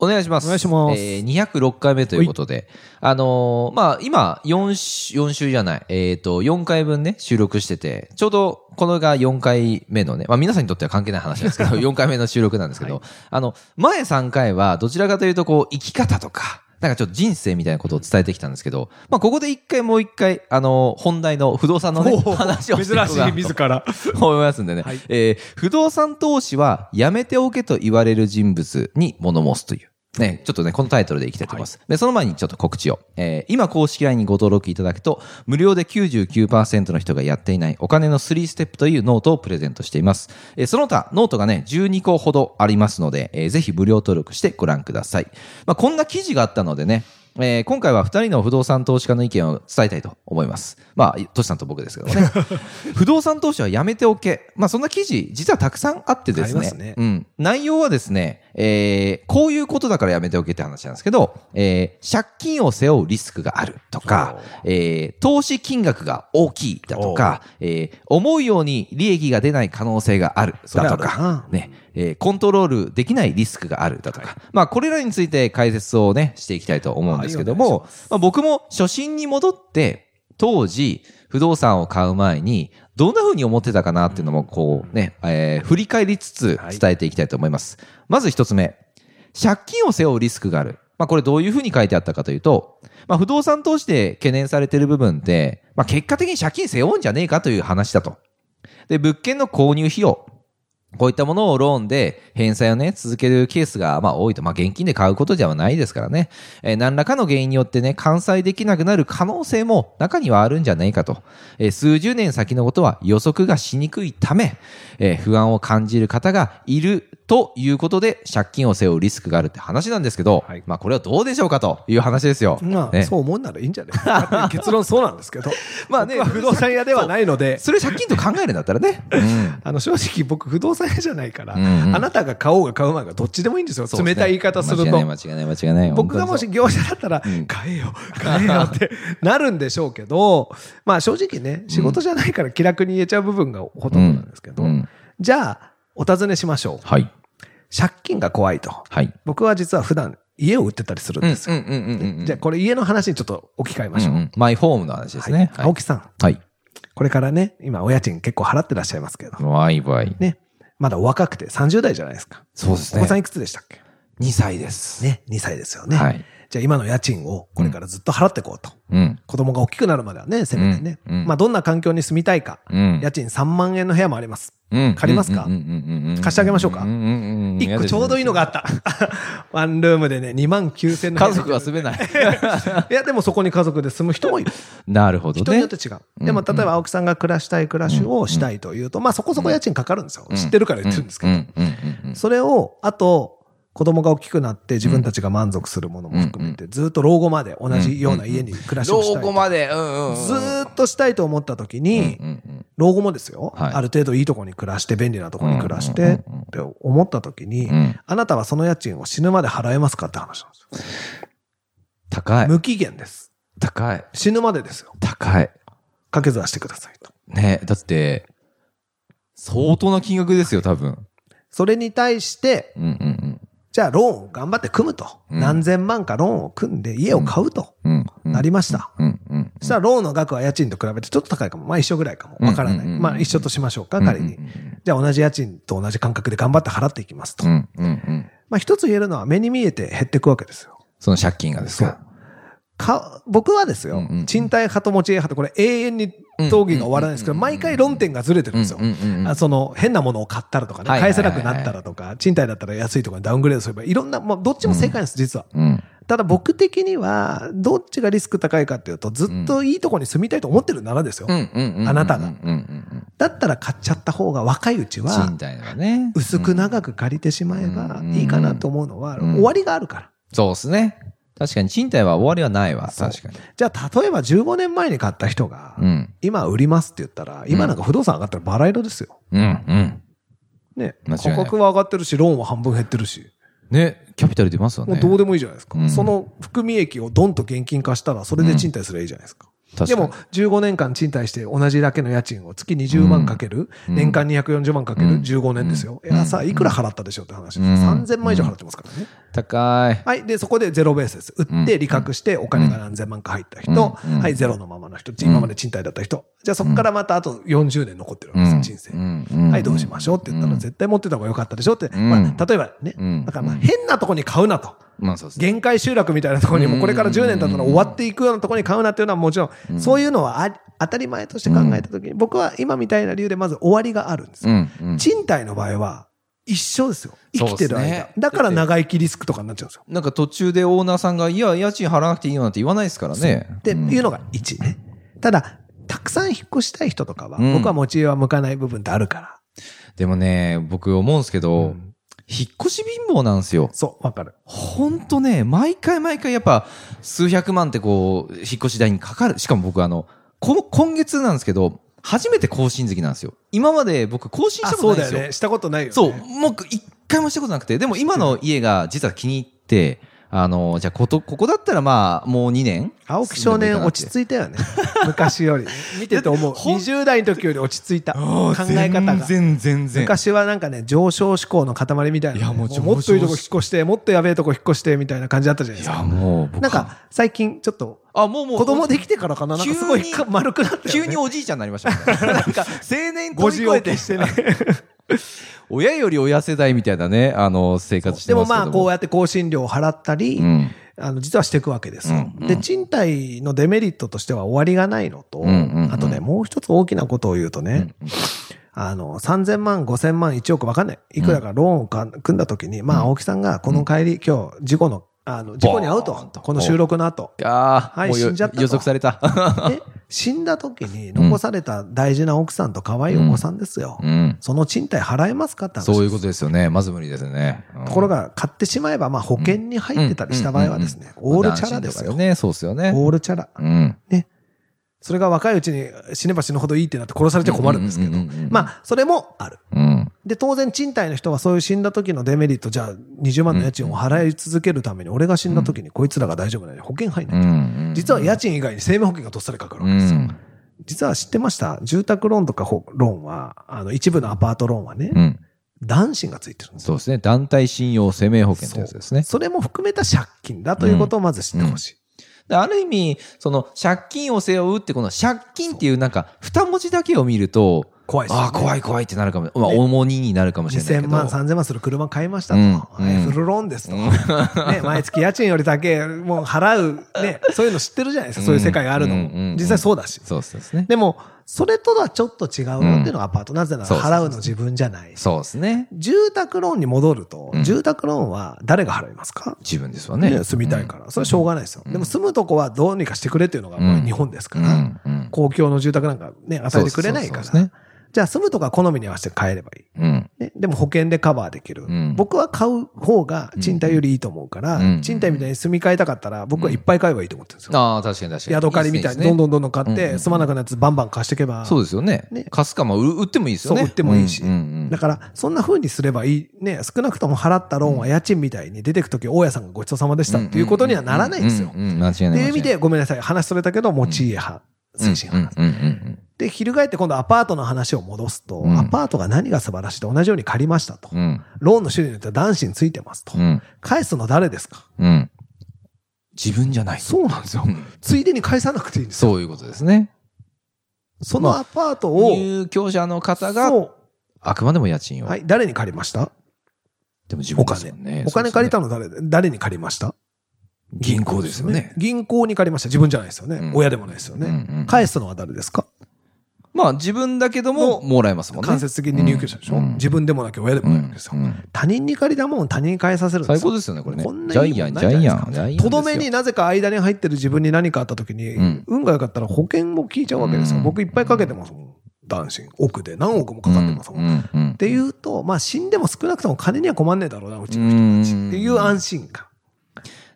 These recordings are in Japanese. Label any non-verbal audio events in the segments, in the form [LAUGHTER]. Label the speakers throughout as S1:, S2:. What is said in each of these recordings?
S1: お願いします。
S2: お願いします
S1: えー、206回目ということで、あのーまあ、今、4週、四週じゃない、えっ、と、4回分ね、収録してて、ちょうど、このが4回目のね、まあ、皆さんにとっては関係ない話なんですけ
S2: [LAUGHS]
S1: ど、4回目の収録なんですけど、あの、前3回は、どちらかというと、こう、生き方とか、なんかちょっと人生みたいなことを伝えてきたんですけど、まあ、ここで一回もう一回、あのー本題の不動産のね、
S2: おお
S1: 話をしていこうかなと
S2: 珍しい自ら
S1: [LAUGHS] 思いますんでね、えー不動産投資はやめておけと言われる人物に物申すという。ね、ちょっとね、このタイトルでいきたいと思います。で、その前にちょっと告知を。えー今公式 LINE にご登録いただくと、無料で99%の人がやっていないお金の3ステップというノートをプレゼントしています。えーその他、ノートがね、12個ほどありますので、えーぜひ無料登録してご覧ください。まあ、こんな記事があったのでね、えー今回は2人の不動産投資家の意見を伝えたいと思います。まあ、トシさんと僕ですけどね。不動産投資はやめておけ。まあ、そんな記事、実はたくさんあってです
S2: あり
S1: ね。
S2: ますね
S1: うん。内容はですね、えーこういうことだからやめておけって話なんですけど、えー借金を背負うリスクがあるとか、えー投資金額が大きいだとか、えー思うように利益が出ない可能性がある
S2: それ
S1: だ
S2: はあ
S1: と
S2: る
S1: か
S2: な、
S1: ね、えーコントロールできないリスクがあるだとか、まあこれらについて解説をね、していきたいと思うんですけど
S2: はいお
S1: も、まあ、僕も初心に戻って、当時、不動産を買う前に、どんな風に思ってたかなっていうのも、こうね、えー振り返りつつ
S2: はい
S1: 伝えていきたいと思います。まず一つ目。借金を背負うリスクがある。まあこれどういうふうに書いてあったかというと、まあ不動産投資で懸念されている部分って、まあ結果的に借金背負うんじゃねえかという話だと。で、物件の購入費用。こういったものをローンで返済をね、続けるケースが、まあ多いと。まあ現金で買うことではないですからね。えー何らかの原因によってね、完済できなくなる可能性も中にはあるんじゃないかと。えー数十年先のことは予測がしにくいため、えー不安を感じる方がいるということで、借金を背負うリスクがあるって話なんですけど、
S2: はい
S1: まあこれはどうでしょうかという話ですよ。
S2: まあ、
S1: ね
S2: そう思うならいいん [LAUGHS] じゃないだって結論そうなんですけど
S1: まあね
S2: 僕は不動産屋ではないので
S1: それ借金と考えるんだったら
S2: [LAUGHS]
S1: ね。うん
S2: あの正直僕不動産屋じゃないから、
S1: うんうん
S2: あなたが買おうが買うまいがどっちでもいいんですよ
S1: そうですね
S2: 冷たい言い方すると
S1: 間違いない間違いない間違いない。
S2: 僕がもし
S1: 本
S2: 業者だったら、
S1: ん
S2: 買えよ、買えよってなるんでしょうけど、まあ正直ね、仕事じゃないから気楽に言えちゃう部分がほとんどなんですけど、
S1: うんうん
S2: じゃあ、お尋ねしましょう
S1: 当。にそう。はい。
S2: 借金が怖いと。
S1: はい。
S2: 僕は実は普段家を売ってたりするんですよ。
S1: うんうんうんうんうん
S2: じゃあこれ家の話にちょっと置き換えましょう。
S1: うんうんマイホームの話ですね。
S2: はい青木さん、
S1: はい。
S2: これからね、今お家賃結構払ってらっしゃいますけど、
S1: わいわい。
S2: ね、まだお若くて30代じゃないですか。
S1: そうです
S2: お
S1: ね。
S2: 子さんいくつでしたっけ
S1: 2歳です。
S2: ね、2歳ですよね。
S1: はい
S2: じゃあ今の家賃をこれからずっと払っていこうと。
S1: うん。
S2: 子供が大きくなるまではね、せめてね。
S1: うんうん
S2: まあ、どんな環境に住みたいか。
S1: うん
S2: 家賃3万円の部屋もあります。
S1: うん
S2: 借りますか
S1: うんうんうんうんうん
S2: 貸してあげましょうか
S1: んんんん
S2: 一個ちょうどいいのがあった。 [LAUGHS] ワンルームでね、2万9千の部屋
S1: 家族は住めない。
S2: [LAUGHS] いや、でもそこに家族で住む人もいる。
S1: [LAUGHS] なるほどね。
S2: 人によって違う。でも、例えば青木さんが暮らしたい暮らしをしたいというと、まあ、そこそこ家賃かかるんですよ。知ってるから言ってるんですけ
S1: う
S2: ど。
S1: んうんうん
S2: それを、あと、子供が大きくなって自分たちが満足するものも含めて、ずっと老後まで同じような家に暮らしをしたいと。
S1: で、うん
S2: ずーっとしたいと思った時に
S1: うん、うん
S2: 老後もですよ、
S1: はい
S2: ある程度いいとこに暮らして、便利なとこに暮らしてって思った時に、
S1: うん
S2: あなたはその家賃を死ぬまで払えますかって話なんですよ。
S1: 高い。
S2: 無期限です。
S1: 高い。
S2: 死ぬまでですよ。
S1: 高い。
S2: 掛け算してくださいと。
S1: ね、だって、相当な金額ですよ、多分。
S2: それに対して、
S1: うんうん
S2: じゃあローンを頑張って組むと。
S1: うん
S2: 何千万かローンを組んで家を買うと
S1: うん。うん。
S2: なりました。
S1: うんうん。
S2: そしたらローンの額は家賃と比べてちょっと高いかも。まあ一緒ぐらいかも。わからない。
S1: うんうんうん
S2: まあ一緒としましょうか、仮に。
S1: うんうん
S2: じゃあ同じ家賃と同じ感覚で頑張って払っていきますと。
S1: うんうんうん。
S2: まあ一つ言えるのは目に見えて減っていくわけですよ。
S1: その借金がですか。
S2: か、僕はですよ、
S1: うんうんうん
S2: 賃貸派と持ち家派とこれ永遠に討議が終わらないんですけど、毎回論点がずれてるんですよ
S1: うんうんうんう。ん
S2: あその変なものを買ったらとかね、
S1: はいはい
S2: 返
S1: はい
S2: せ
S1: はい
S2: なくなったらとか、賃貸だったら安いとかにダウングレードすれば、いろんな、まあ、どっちも正解なんです、実は。
S1: うん。
S2: ただ僕的には、どっちがリスク高いかっていうと、ずっといいとこに住みたいと思ってるならですよ。
S1: うんうんうん。
S2: あなたが
S1: うんうんうん。
S2: だったら買っちゃった方が若いうちは
S1: 賃、貸のがね。
S2: 薄く長く借りてしまえば
S1: うん
S2: いいかなと思うのは、
S1: うん
S2: 終わりがあるから。
S1: そうですね。確かに賃貸は終わりはないわ。
S2: そう
S1: 確かに。
S2: じゃあ、例えば15年前に買った人が、
S1: うん。
S2: 今売りますって言ったら、今なんか不動産上がったらバラ色ですよ。
S1: うん。うん。
S2: ね。
S1: 間違いな
S2: 価
S1: い
S2: 格は上がってるし、ローンは半分減ってるし、
S1: ね、キャピタル出ますよ
S2: もう
S1: ね。
S2: どうでもいいじゃないですか。
S1: うん
S2: その含み益をドンと現金化したら、それで賃貸すればいいじゃないですか。
S1: 確
S2: で
S1: かに
S2: も、15年間賃貸して同じだけの家賃を月20万かける、
S1: うん
S2: 年間240万かけ
S1: う
S2: る
S1: ん
S2: 15年ですよ。
S1: う
S2: い
S1: ん
S2: や、さ、いくら払ったでしょうって話です。
S1: うん
S2: 3000万以上払ってますからね。
S1: 高い。
S2: はい。で、そこでゼロベースです。売っ
S1: う
S2: て、
S1: ん
S2: 利確して、お金が何千万か入った人、
S1: うんうん
S2: はい、ゼロのままの人、今まで賃貸だった人。じゃあそこからまたあと40年残ってるわけですよ、人生。
S1: 生
S2: はい、どうしましょうって言ったら、絶対持ってた方が良かったでしょって。
S1: うん
S2: まあ、例えばね
S1: うん。
S2: だからまあ、変なとこに買うなと。
S1: まあそうですね。
S2: 限界集落みたいなところにも、これから10年経ったら終わっていくようなところに買うなっていうのはもちろん、そういうのはあり当たり前として考えたときに、僕は今みたいな理由でまず終わりがあるんですよ。
S1: うんうん
S2: 賃貸の場合は、一生ですよ。生きて
S1: そ
S2: る
S1: うです
S2: 間
S1: ね。
S2: だから長生きリスクとかになっちゃうんですよ。
S1: なんか途中でオーナーさんが、いや、家賃払わなくていいよなんて言わないですからね。
S2: って
S1: うん
S2: いうのが1ね。ただ、たくさん引っ越したい人とかは、
S1: うん
S2: 僕は持ち家は向かない部分ってあるから。
S1: でもね、僕思うんですけど、
S2: うん
S1: 引っ越し貧乏なんですよ。
S2: そう、わかる。
S1: ほんとね、毎回毎回やっぱ数百万ってこう、引っ越し代にかかる。しかも僕あの、この今月なんですけど、初めて更新月なんですよ。今まで僕更新し
S2: あ、
S1: たこと
S2: そう
S1: ないんで
S2: だ
S1: す
S2: よ
S1: よ。
S2: ね。したことないよね。
S1: そう、もう一回もしたことなくて、でも今の家が実は気に入って、あの、じゃあこと、ここだったらまあ、もう2年
S2: 青木少年落ち
S1: 着
S2: 着いたよね。 [LAUGHS] 昔より。
S1: [LAUGHS]
S2: 見てて思う。
S1: ほん
S2: 20代の時より落ち着いた。考え方が。
S1: 全然全然。
S2: 昔はなんかね、上昇志向の塊みたいなね。
S1: いやもう
S2: もっといいとこ引っ越して、もっとやべえとこ引っ越して、みたいな感じだったじゃな
S1: い
S2: いですか。
S1: や、もう僕は
S2: なんか、最近ちょっと、
S1: あ、もうもう。
S2: 子供できてからかななんかすごい
S1: 急に
S2: 丸くなったよね。
S1: 急におじいちゃんになりま
S2: [LAUGHS]
S1: した、ね。なんか、青年飛び越えて
S2: してね。
S1: 親より親世代みたいなね、あの、生活して
S2: で
S1: ま
S2: も
S1: すけど
S2: まあ、こうやって更新料を払ったり、
S1: うん。
S2: あの、実はしていくわけですよ、
S1: うんうん
S2: で、賃貸のデメリットとしては終わりがないのと、
S1: んうんうん
S2: あとね、もう一つ大きなことを言うとね、あの、3000万、5000万、1億わかんない。いくらかローンをか組んだ時に、まあ、青木さんがこの帰り、今日、事故の、あの、事故に遭う
S1: ボーンと
S2: と。この収録の後。
S1: いやー
S2: はい
S1: もうよ
S2: 死んじゃったと
S1: 予測された。
S2: で、死んだ時に残された大事な奥さんと可愛いお子さんですよ。
S1: うん。
S2: その賃貸払えますかって話
S1: [LAUGHS]
S2: です
S1: そういうことですよね。まず無理ですよね。うん
S2: ところが、買ってしまえば、まあ、保険に入ってたりした場合はですね、オールチャラです
S1: 男子とか
S2: よ。
S1: ね、そうですよね。
S2: オールチャラ。
S1: うん。
S2: ね。それが若いうちに死ねば死ぬほどいいってなって殺されて困るんですけど
S1: うんうんうんうんうん。
S2: まあ、それもある。
S1: うん。
S2: で、当然、賃貸の人はそういう死んだ時のデメリット、じゃあ20万の家賃を払い続けるために、俺が死んだ時にこいつらが大丈夫なように保険入ん
S1: う
S2: ない。
S1: ん。
S2: 実は家賃以外に生命保険がどっさりかかるわ
S1: う
S2: けですよ。
S1: ん。
S2: 実は知ってました住宅ローンとかほローンは、あの、一部のアパートローンはね
S1: う、ん。
S2: 男子がついてるんですよ
S1: そうですね。団体信用生命保険ってやつですね。
S2: それも含めた借金だということをまず知ってほしい。
S1: である意味、その、借金を背負うって、この借金っていうなんか、二文字だけを見ると、
S2: 怖いですよね
S1: ああ、怖い怖いってなるかも、まあ、重荷になるかもしれないけ
S2: 2000
S1: ど。
S2: 万、3000万する車買いましたと。
S1: うん
S2: はい
S1: うん
S2: フルローンですと。
S1: [LAUGHS]
S2: ね、毎月家賃よりだけ、もう払う、ね、そういうの知ってるじゃないですか。そういう世界があるの
S1: うんうんうんう
S2: も
S1: ん。
S2: 実際そうだし。
S1: そうですね。
S2: [LAUGHS] でも、それとはちょっと違うのっていうのがアパート。なぜなら
S1: そうそうそう
S2: 払うの自分じゃない。
S1: そうですね。
S2: 住宅ローンに戻ると
S1: う、ん
S2: 住宅ローンは誰が払いますか
S1: 自分ですわね。
S2: ね、住みたいから。それはしょうがないですよ。でも住むとこはどうにかしてくれっていうのがこれ日本ですか
S1: う
S2: ら。
S1: ん。うん。
S2: 公共の住宅なんかね、与えてくれないか
S1: そうそうそうそう
S2: ら
S1: で。
S2: じゃあ住むとこは好みに合わせて変えればいい。
S1: うん。
S2: ね、でも保険でカバーできる、
S1: うん
S2: 僕は買う方が賃貸よりいいと思うから、
S1: うん
S2: 賃貸みたいに住み替えたかったら、僕はいっぱい買えばいいと思ってるんですよ。
S1: ああ、確かに確かに。
S2: 宿借りみたいに、どん
S1: ん。
S2: どんどんどん買っ
S1: うんう
S2: て、
S1: ん
S2: 住まなくなるやつバンバン貸していけば、
S1: そうですよね
S2: ね。
S1: 貸すかも、う売ってもいいですよね。
S2: そう売ってもいいし
S1: うんうん
S2: だから、そんな風にすればいい。ね、少なくとも払ったローンは家賃みたいに出てくとき、大家さんがごちそうさまでしたっていうことにはならないんですよ。
S1: うんうんうん間違いない。
S2: っていう意味で、
S1: 間違
S2: ごめんなさい。話それたけど、持ち家派、推進
S1: ない、
S2: 派。
S1: うんうんうんうん
S2: で、翻って今度アパートの話を戻すと、
S1: うん
S2: アパートが何が素晴らしいと同じように借りましたと。
S1: うん。うん
S2: ローンの種類によっては男子についてますと。
S1: うん。
S2: 返すの誰ですか
S1: うん。自分じゃない。
S2: そうなんですよ。ついでに返さなくていいんですよ。
S1: そういうことですね。
S2: そのアパートを、
S1: 入居者の方が、
S2: そ
S1: あくまでも家賃
S2: う
S1: を。
S2: はい、誰に借りました
S1: でも自
S2: お
S1: 分です
S2: 金
S1: もんね。
S2: お金借りた
S1: の
S2: の誰、誰に借りました
S1: 銀行ですよね。
S2: 銀行に借りました。自分じゃないですよね。
S1: うん
S2: 親でもないですよね、
S1: うんうん
S2: 返すのは誰ですか
S1: まあ自分だけども、
S2: の
S1: もらえますもんね。
S2: 間接的に入居者でしょ、
S1: うん
S2: 自分でもなきゃ親でもないわけですよ、
S1: うんうん
S2: 他人に借りたもんを他人に返させるんです
S1: 最
S2: よ
S1: 高ですよね、これね。
S2: こんな
S1: ジャ
S2: いい
S1: イア
S2: もん
S1: ン、
S2: な
S1: ジ
S2: い
S1: ャ
S2: じゃな
S1: イア
S2: いですか
S1: ン、ジャイアンですよ。
S2: とどめになぜか間に入ってる自分に何かあった時に、
S1: うん
S2: 運が良かったら保険も効いちゃうわけですよ。
S1: うん
S2: 僕いっぱいかけてますもん。男子。億で何億もかかってますもん。
S1: うんうん
S2: っていうと、まあ死んでも少なくとも金には困んねえだろうな、うち
S1: う
S2: の人。
S1: ん
S2: っていう安心感。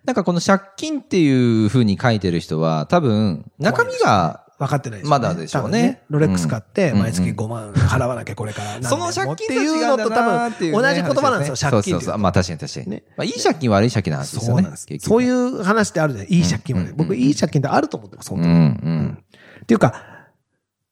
S1: なんかこの借金っていう風に書いてる人は、多分、中身が、
S2: 分かってない
S1: まだでしょうね
S2: 多分ロレックス買って、
S1: うん
S2: 毎月5万払わなきゃこれから。
S1: その借金と違
S2: な
S1: うん
S2: んでもって
S1: だ
S2: いうのと
S1: なー
S2: 多
S1: ってい
S2: 分、
S1: うね、
S2: 同じ言葉なんですよ、
S1: そ
S2: 借金
S1: うそう
S2: って
S1: そう。まあ確かに確かに。
S2: ね
S1: まあいい借金悪い借金の話ですよ
S2: そう
S1: ね。
S2: なんです。
S1: 結局
S2: そういう話ってあるじゃないいい借金はね。
S1: うん
S2: 僕、いい借金ってあると思ってます、
S1: う
S2: 本
S1: ん
S2: 当
S1: う
S2: に。
S1: ん。
S2: っていうか、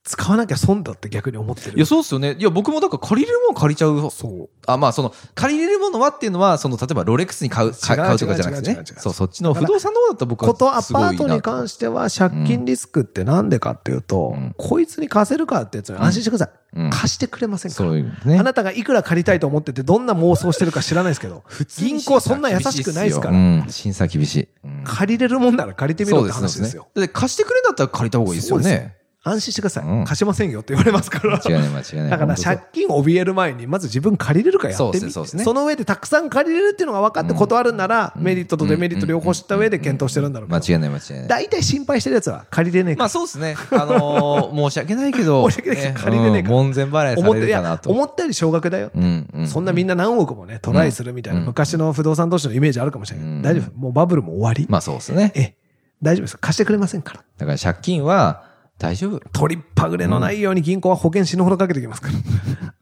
S2: 使わなきゃ損だって逆に思ってる。
S1: いや、そうっすよね。いや、僕もだから借りれるもん借りちゃう。
S2: そう。
S1: あ、まあその、借りれるものはっていうのは、その、例えばロレックスに買う、か
S2: 違う
S1: 買うとかじゃなくて
S2: 違う違
S1: ね
S2: う違う。違う
S1: そう、そっちの不動産の方だったら僕は。
S2: ことアパートに関
S1: して。
S2: しては借金リスクってなんでかっていうと、
S1: うん
S2: こいつに貸せるかってやつに安心してください、
S1: うん
S2: 貸してくれませんか
S1: そ
S2: ら、
S1: ういうね。
S2: あなたがいくら借りたいと思っててどんな妄想してるか知らないですけど銀行そんな優しくないですか
S1: う
S2: ら、
S1: ん審査厳しい。うん
S2: 借りれるもんなら借りてみろって話ですよ
S1: そうね。で貸してくれんだったら借りた方がいいですよ
S2: そうで
S1: ね。
S2: 安心してください、
S1: うん
S2: 貸しませんよって言われますから
S1: 間違いない間違いない。
S2: だから
S1: 本当そう
S2: 借金を怯える前にまず自分借りれるかや
S1: そう
S2: っ
S1: で
S2: て
S1: すね
S2: み
S1: そう
S2: そ
S1: ですね
S2: の上でたくさん借りれるっていうのが分かって断るなら、メリットとデメリット両方知った上で検討してるんだろうけど、
S1: 間違いない間違いない。
S2: 大体心配してるやつは借りれねえから
S1: まあそうですね。あ
S2: [LAUGHS]
S1: のー、申し訳ないけど。
S2: 申し訳ないけど借りれねえから
S1: うん門前払いさ
S2: 思っ
S1: れ
S2: て
S1: る
S2: い
S1: かな
S2: や
S1: と。
S2: 思ったより少額だよ、
S1: うんうん。
S2: そんなみんな何億もねトライするみたいな、
S1: うん
S2: 昔の不動産投資のイメージあるかもしれない、
S1: うん
S2: 大丈夫もうバブルも終わり、
S1: まあそうですね。
S2: ええ大丈夫です貸してくれませんから
S1: だから借金は大丈夫。
S2: 取りっぱぐれのないように銀行は保険死ぬほどかけてきますから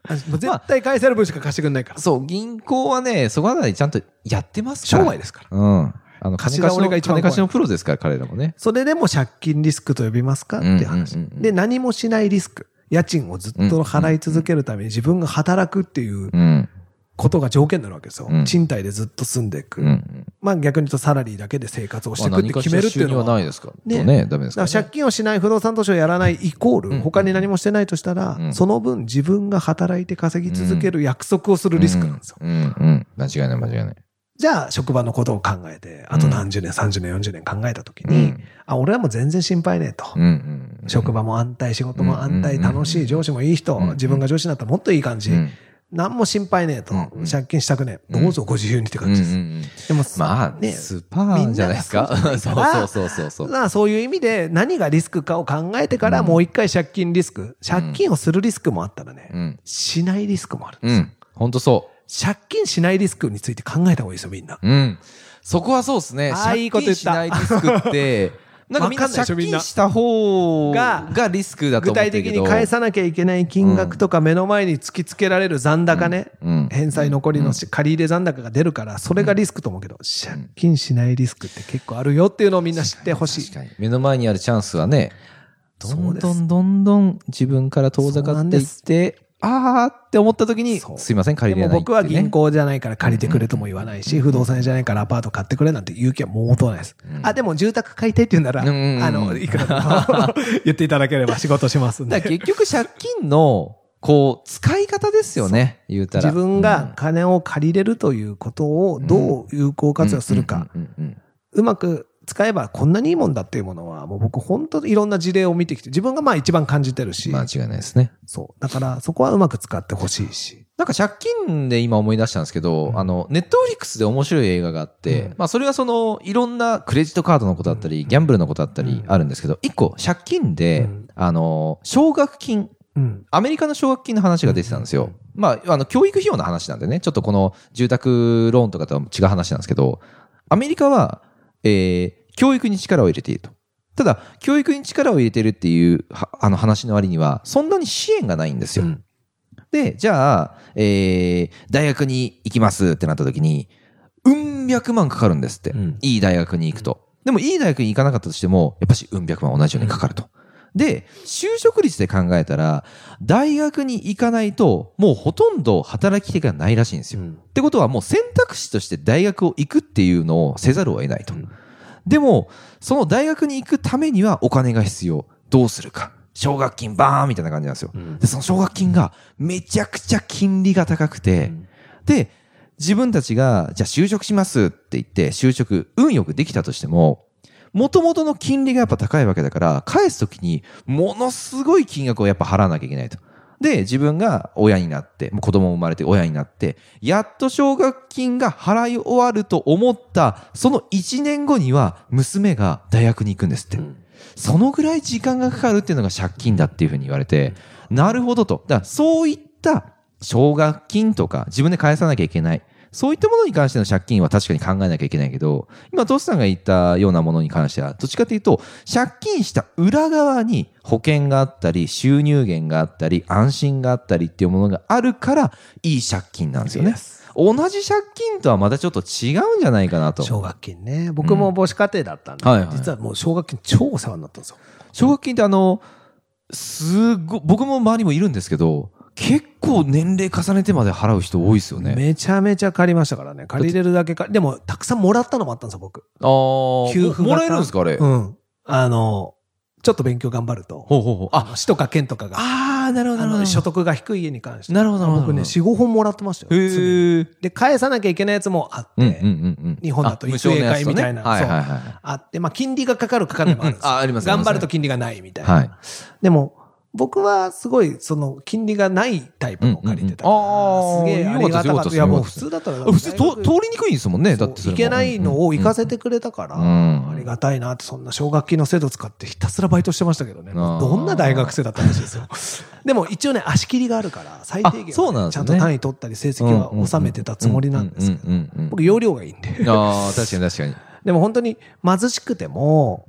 S2: あもう絶対返せる分しか貸してくれないから
S1: そう、銀行はね、そこはね、ちゃんとやってますから。
S2: 商売ですから
S1: うん。あの、金
S2: 貸し
S1: 貸し
S2: 倒れ
S1: の、
S2: が一番
S1: 金
S2: 怖い
S1: 貸しのプロですから、彼らもね。
S2: それでも借金リスクと呼びますかっていう話、
S1: うんうんうんうん
S2: で何もしないリスク家賃をずっと払い続けるために自分が働くっていう
S1: うん。
S2: ことが条件になるわけですよ、
S1: うん
S2: 賃貸でずっと住んでいく、
S1: うんうん。
S2: まあ逆に言うとサラリーだけで生活をしてい
S1: ま
S2: く
S1: あ
S2: って決めるっていう
S1: 何
S2: の
S1: かしら収入は
S2: は
S1: ないですから。
S2: ね
S1: とね、ダメですか
S2: だ
S1: ら
S2: から
S1: ね。
S2: 借金をしない不動産投資をやらないイコー
S1: うん
S2: ル、他に何もしてないとしたら、
S1: うん
S2: その分自分が働いて稼ぎ続ける約束をするリスクなんですよ。
S1: うんうん。間違いない間違いない。
S2: じゃあ、職場のことを考えて、あと何十年、30年、40年考えたとき
S1: う
S2: に
S1: ん、
S2: あ、俺はもう全然心配ねえと。
S1: うんうん。
S2: 職場も安泰、仕事も安
S1: う
S2: 泰、
S1: ん
S2: 楽しい、上司もいい人
S1: うん、
S2: 自分が上司になったらもっといい感じ
S1: う。ん
S2: 何も心配ねえと
S1: うん。
S2: 借金したくねえ。
S1: うん
S2: どうぞご自由にって
S1: うんう
S2: 感
S1: んう
S2: じです。
S1: ん。
S2: でも、
S1: まあ、
S2: ね
S1: スーパーじゃないですか。
S2: みんな
S1: そ
S2: がそううじゃないか
S1: [LAUGHS] そ
S2: ら
S1: うそうそうそう。
S2: まあそういう意味で何がリスクかを考えてからもう一回借金リスク、借金をするリスクもあったらね、
S1: うん。
S2: しないリスクもあるんで
S1: う
S2: すよ、
S1: ん。ほんとそ
S2: 借金しないリスクについて考えた方がいいですよ、みんな。
S1: う。うん。そこはそうですね。
S2: あーい
S1: 借
S2: いこと
S1: 金
S2: 言っ
S1: したないリスク
S2: [LAUGHS]
S1: って、なんかみんな
S2: わかんないでしょ
S1: 借
S2: みんな
S1: 金した方が
S2: が、
S1: がリスクだと
S2: 具
S1: 思っ
S2: 体
S1: てる
S2: 的
S1: けど。
S2: に返さなきゃいけない金額とか目の前に突きつけられる残高ね、
S1: うん
S2: 返済残りのし借り入れ残高が出るから、それがリスクと思うけど、借金しないリスクって結構あるよっていうのをみんな知ってほしい
S1: 確。かに。目の前にあるチャンスはね、ど
S2: そうんです
S1: どんどんどん自分から遠ざかっていって、あーって思った時に、
S2: そう
S1: すいません、借
S2: で
S1: りれ
S2: も
S1: ないって、ね。
S2: 僕は銀行じゃないから借りてくれとも言わないし、不動産屋じゃないからアパート買ってくれなんて言う気はもうとないです。あ、でも住宅買いたいって言うなら、
S1: うんうんうん
S2: あの、いく
S1: [LAUGHS]
S2: らでも言っていただければ仕事しますん
S1: だ
S2: で
S1: か。ら結局借金の、こう、使い方ですよね、言うたら。
S2: 自分が金を借りれるということをどう有効活用するか、
S1: うんうん
S2: うまく使えばこんなにいいもんだっていうものは、もう僕本当いろんな事例を見てきて、自分がまあ一番感じてる
S1: うん
S2: し、
S1: 間違いないですね。
S2: そう。だからそこはうまく使ってほしいし。
S1: なんか借金で今思い出したんですけど、あの、ネットフリックスで面白い映画があって、
S2: うん
S1: まあそれはその、いろんなクレジットカードのことだったり、ギャンブルのことだったりあるんですけど、一個借金で、
S2: うん
S1: あの、奨学金、
S2: うん。
S1: アメリカの奨学金の話が出てたんですよ。まあ、あの、教育費用の話なんでね、ちょっとこの住宅ローンとかとは違う話なんですけど、アメリカは、えー教育に力を入れていると。ただ、教育に力を入れてるっていう、はあの話の割には、そんなに支援がないんですよ。
S2: うん
S1: で、じゃあ、えー大学に行きますってなった時に、うん百万かかるんですって。
S2: うん
S1: いい大学に行くと。でも、いい大学に行かなかったとしても、やっぱしうん百万同じようにかかると。で、就職率で考えたら、大学に行かないと、もうほとんど働き手がないらしいんですよ。ってことはもう選択肢として大学を行くっていうのをせざるを得ないと。でも、その大学に行くためにはお金が必要。どうするか。奨学金バーンみたいな感じなんですよ。で、その奨学金がめちゃくちゃ金利が高くて、で、自分たちが、じゃあ就職しますって言って、就職、運よくできたとしても、元々の金利がやっぱ高いわけだから、返すときに、ものすごい金額をやっぱ払わなきゃいけないと。で、自分が親になって、もう子供も生まれて親になって、やっと奨学金が払い終わると思った、その1年後には娘が大学に行くんですって。そのぐらい時間がかかるっていうのが借金だっていうふうに言われて、なるほどと。だからそういった奨学金とか自分で返さなきゃいけない。そういったものに関しての借金は確かに考えなきゃいけないけど、今、トスさんが言ったようなものに関しては、どっちかというと、借金した裏側に保険があったり、収入源があったり、安心があったりっていうものがあるから、いい借金なんですよね。同じ借金とはまたちょっと違うんじゃないかなと。
S2: 奨学金ね。僕も母子家庭だったんで、
S1: はいはい
S2: 実はもう奨学金超お世話になったんですよ。
S1: 奨学金ってあの、すご、僕も周りもいるんですけど、結構年齢重ねてまで払う人多いですよね。
S2: めちゃめちゃ借りましたからね。借りれるだけ借り、でもたくさんもらったのもあったんですよ、僕。
S1: ああ、
S2: 給付型
S1: もらえるんですかあれ。
S2: うん。あの、ちょっと勉強頑張ると、
S1: ほうほうほう。あ、
S2: 市とか県とかが、
S1: ああ、なるほど、な
S2: あ
S1: るほ
S2: の
S1: ど。
S2: 所得が低い家に関して。
S1: なるほど、なるほど。
S2: 僕ね、4、5本もらってましたよ。常に
S1: へえ。
S2: で、返さなきゃいけないやつもあって、
S1: うんうんうんうん。
S2: 日本だと
S1: あ無償のやつとね
S2: 育英会みたいな
S1: はいはいはい。
S2: あって、まあ、金利がかかるかかんないもあるんですよ
S1: うんうんああります
S2: 頑張ると金利がないみたいな。
S1: はい。
S2: でも、僕はすごい、その、金利がないタイプの借りてたから、
S1: うんうんうんあー
S2: すげえありがた
S1: よか
S2: か
S1: っ
S2: ったた。
S1: です
S2: いや、
S1: よか
S2: も
S1: ったで
S2: う普
S1: す
S2: 通だったら。
S1: 普通と、通りにくいんですもんね。だってそれ
S2: そうい
S1: も
S2: けないのを行かせてくれたから、
S1: うん
S2: ありがたいなって、そんな奨学金の制度使ってひたすらバイトしてましたけどね。
S1: あー
S2: どんな大学生だったんですよ。でも一応ね、足切りがあるから、最低限はね、
S1: あそうなんです
S2: ち
S1: ね
S2: ゃんと単位取ったり成績は収めてたつもりなんですけど、
S1: ど
S2: 僕容量がいいんで。
S1: ああ、確かに確かに。
S2: でも本当に貧しくても、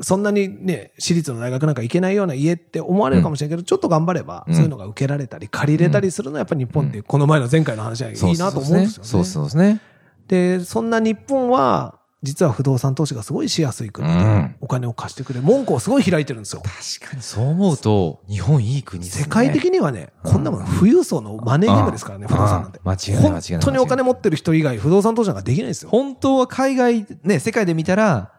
S2: そんなにね、私立の大学なんか行けないような家って思われるかもしれないけど、ちょっと頑張れば、
S1: うん
S2: そういうのが受けられたり、借りれたりするのはやっぱり日本って、この前の前回の話はいいなと思うんですよね。
S1: そうそうですね。
S2: で、そんな日本は、実は不動産投資がすごいしやすい国で、
S1: うん
S2: お金を貸してくれる、門戸をすごい開いてるんですよ。
S1: 確かにそう思うと、日本いい国ですね
S2: 世界的にはね、こんなもの富裕層のマネーゲームですからね、
S1: うん
S2: 不動産なんて。
S1: うん間違いない間違いない
S2: 本当にお金持ってる人以外、不動産投資なんかできないんですよ。
S1: 本当は海外、ね、世界で見たら、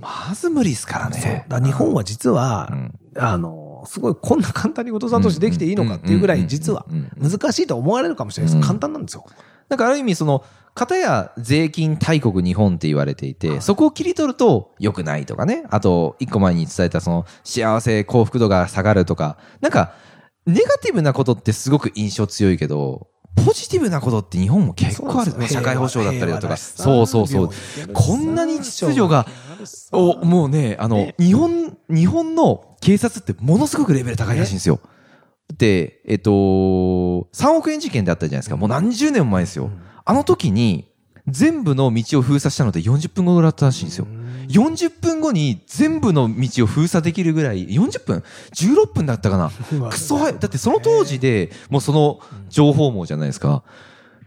S1: まず無理ですから
S2: そう
S1: ね。
S2: だから日本は実は、
S1: うん
S2: あの、すごいこんな簡単に後藤さんとしてできていいのかっていうぐらい、実は
S1: うんうんうんうん
S2: 難しいと思われるかもしれないです。簡単なんですよ。
S1: なんかある意味その、片や税金大国日本って言われていて、そこを切り取ると良くないとかね。あと、一個前に伝えたその、幸せ、幸福度が下がるとか。なんか、ネガティブなことってすごく印象強いけど、ポジティブなことって日本も結構ある、ね。社会保障だったりだとか。そうそうそう。こんなに秩序が、お、もうね、あの、
S2: ね
S1: 日本、日本の警察ってものすごくレベル高いらしいんですよ。で、えっと、3億円事件であったじゃないですか。もう何十年も前ですよ。あの時に、全部の道を封鎖したのって40分後だったらしいんですよ。40分後に全部の道を封鎖できるぐらい、40分 ?16 分だったかなクソ早い。だってその当時で、もうその情報網じゃないですか。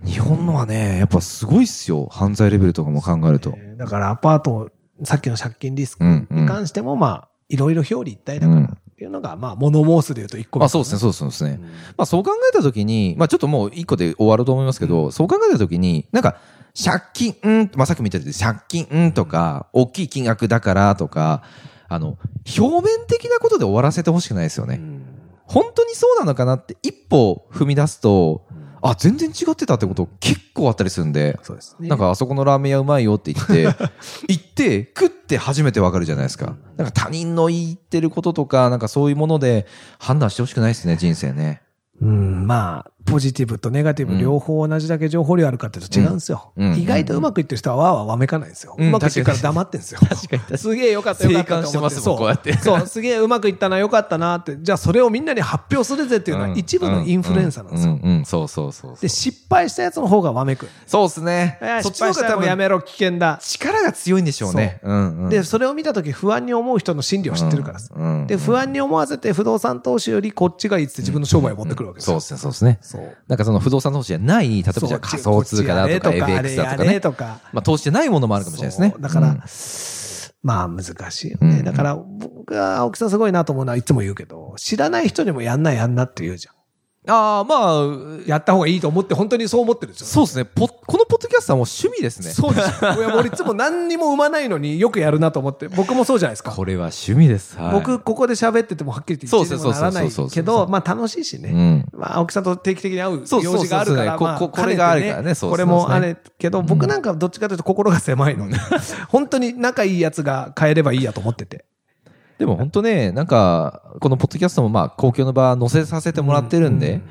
S1: 日本のはね、やっぱすごいっすよ。犯罪レベルとかも考えると。
S2: えーだからアパート、さっきの借金リスク
S1: うんうん
S2: に関しても、まあ、いろいろ表裏一体だか
S1: う
S2: ら
S1: ん
S2: っていうのが、まあ、物申すで言うと一個目
S1: まあそうですね、そうですねそうですね。
S2: うん
S1: まあそう考えたときに、まあちょっともう一個で終わると思いますけど、そう考えたときに、なんか、借金、うん、まあさっきも言ったように借金、うんとか、大きい金額だからとか、あの、表面的なことで終わらせてほしくないですよね。本当にそうなのかなって一歩踏み出すと、あ、全然違ってたってこと結構あったりするんで、
S2: そうですね。
S1: なんかあそこのラーメン屋うまいよって言って、行って、食って初めてわかるじゃないですか。なんか他人の言ってることとか、なんかそういうもので判断してほしくないですね、人生ね。
S2: うん、まあ、ポジティブとネガティブ両方同じだけ情報量あるかっていうと違うんですよ。
S1: うんうん
S2: 意外とうまくいってる人はわーわーわめかないんですよ。
S1: うん
S2: うまくいってるから黙ってんですよ。確かに。すげえよかったよかったと思っ
S1: 静観
S2: て。
S1: してますもんこうやって
S2: そう、そうすげえうまくいったな、よかったなって。じゃあそれをみんなに発表するぜっていうのは一部のインフルエンサーなんですよ。
S1: ううん、そうそうそうそ
S2: で、
S1: う。
S2: 失敗したやつの方がわめく。
S1: そうですね
S2: えー。
S1: そっち
S2: 失
S1: の方
S2: 敗し
S1: が
S2: たら
S1: 多
S2: もうや
S1: 分
S2: めろ、危険だ。
S1: 力が強いんでしょうね。うんうん
S2: で、それを見た時不安に思う人の心理を知ってるからです。
S1: うんうん
S2: で、不安に思わせて不動産投資よりこっちがいいっつって自分の商売を持ってくるわけです
S1: そう
S2: よ。
S1: ですね、そうですね。
S2: そう。
S1: なんかその不動産投資じゃない、例えばじゃあ仮想通貨だとか
S2: こっちやれ
S1: FX だとか
S2: あれやれ
S1: ね。
S2: とか。
S1: まあ投資じゃないものもあるかもしれないですね
S2: そ。うだから、
S1: うん
S2: まあ難しいよ
S1: うんう
S2: ね。
S1: ん
S2: だから僕が青木さんすごいなと思うのはいつも言うけど、知らない人にもやんないやんなって言うじゃん。
S1: ああ、まあ、
S2: やった方がいいと思って本当にそう思ってるんですよ。
S1: そうですね。ポこのポッドキャストはもう趣味ですね。
S2: そうですよ。いや俺いつも何にも生まないのによくやるなと思って、僕もそうじゃないですか。
S1: これは趣味です。はい
S2: 僕、ここで喋っててもはっきり言って一にもならない
S1: そうそうそうそう
S2: け
S1: そうそう
S2: ど、まあ楽しいしね。
S1: うん。
S2: まあ、青木さんと定期的に会う
S1: そう
S2: 用事があ
S1: そうそ
S2: るか
S1: うそ
S2: ら、
S1: う
S2: まあ
S1: こここれがあるからねそうそう
S2: これ
S1: そう
S2: も
S1: そ
S2: あ
S1: うね
S2: れけど、僕なんかどっちかというと心が狭いの
S1: [LAUGHS]
S2: で、本当に仲いいやつが変えればいいやと思ってて。
S1: でも本当ね、なんか、このポッドキャストもまあ、公共の場載せさせてもらってるんで、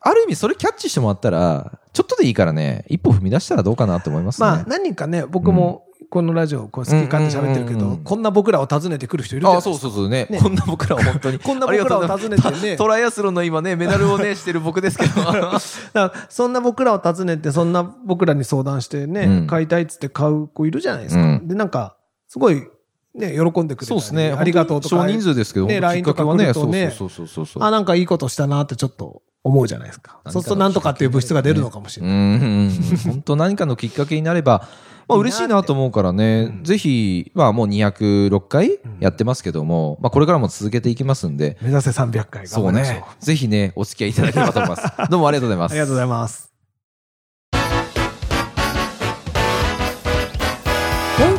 S1: ある意味それキャッチしてもらったら、ちょっとでいいからね、一歩踏み出したらどうかなと思いますね。
S2: まあ、何人かね、僕もこのラジオ、こう好き勝手喋ってるけ
S1: うんうんうん
S2: ど
S1: う、ん
S2: こんな僕らを訪ねてくる人いるじゃな
S1: あ
S2: い
S1: あ、
S2: ですか
S1: そうそうそうね
S2: ね
S1: こんな僕らは本当に。
S2: [LAUGHS] こんな僕ら
S1: あ
S2: を
S1: りがとうございます
S2: 訪ねてね
S1: トライアスロンの今ね、メダルをね、してる僕ですけど。
S2: [LAUGHS] だからそんな僕らを訪ねて、そんな僕らに相談してね、
S1: うん
S2: 買いたいっつって買う子いるじゃないですか。
S1: うん
S2: で、なんか、すごい、ね、喜んでくれたり
S1: そうですね。
S2: [LAUGHS] ありがとうとか。
S1: 少人数ですけど、
S2: ね
S1: 本当きっかけは
S2: LINE
S1: ね、
S2: と
S1: そ
S2: か
S1: う
S2: 来るとね
S1: そうそうそうそう。
S2: あ、なんかいいことしたなってちょっと思うじゃないですか。そうするとなんとかっていう物質が出るのかもしれ
S1: う
S2: ない。
S1: ん、本当何かのきっかけになれ
S2: [LAUGHS]
S1: ば、まあ嬉しいなと思うからね、
S2: うん
S1: ぜひ、まあもう206回
S2: ん
S1: やってますけども、まあこれからも続けていきますんで、
S2: 目指せ300回頑
S1: そ
S2: 張
S1: う
S2: りましょう。
S1: ね、ぜひね、お付き合いいただければと思い
S2: [LAUGHS]
S1: ます。どうもありがとうございま
S2: あ
S1: す。
S2: りがとうございます。
S3: 今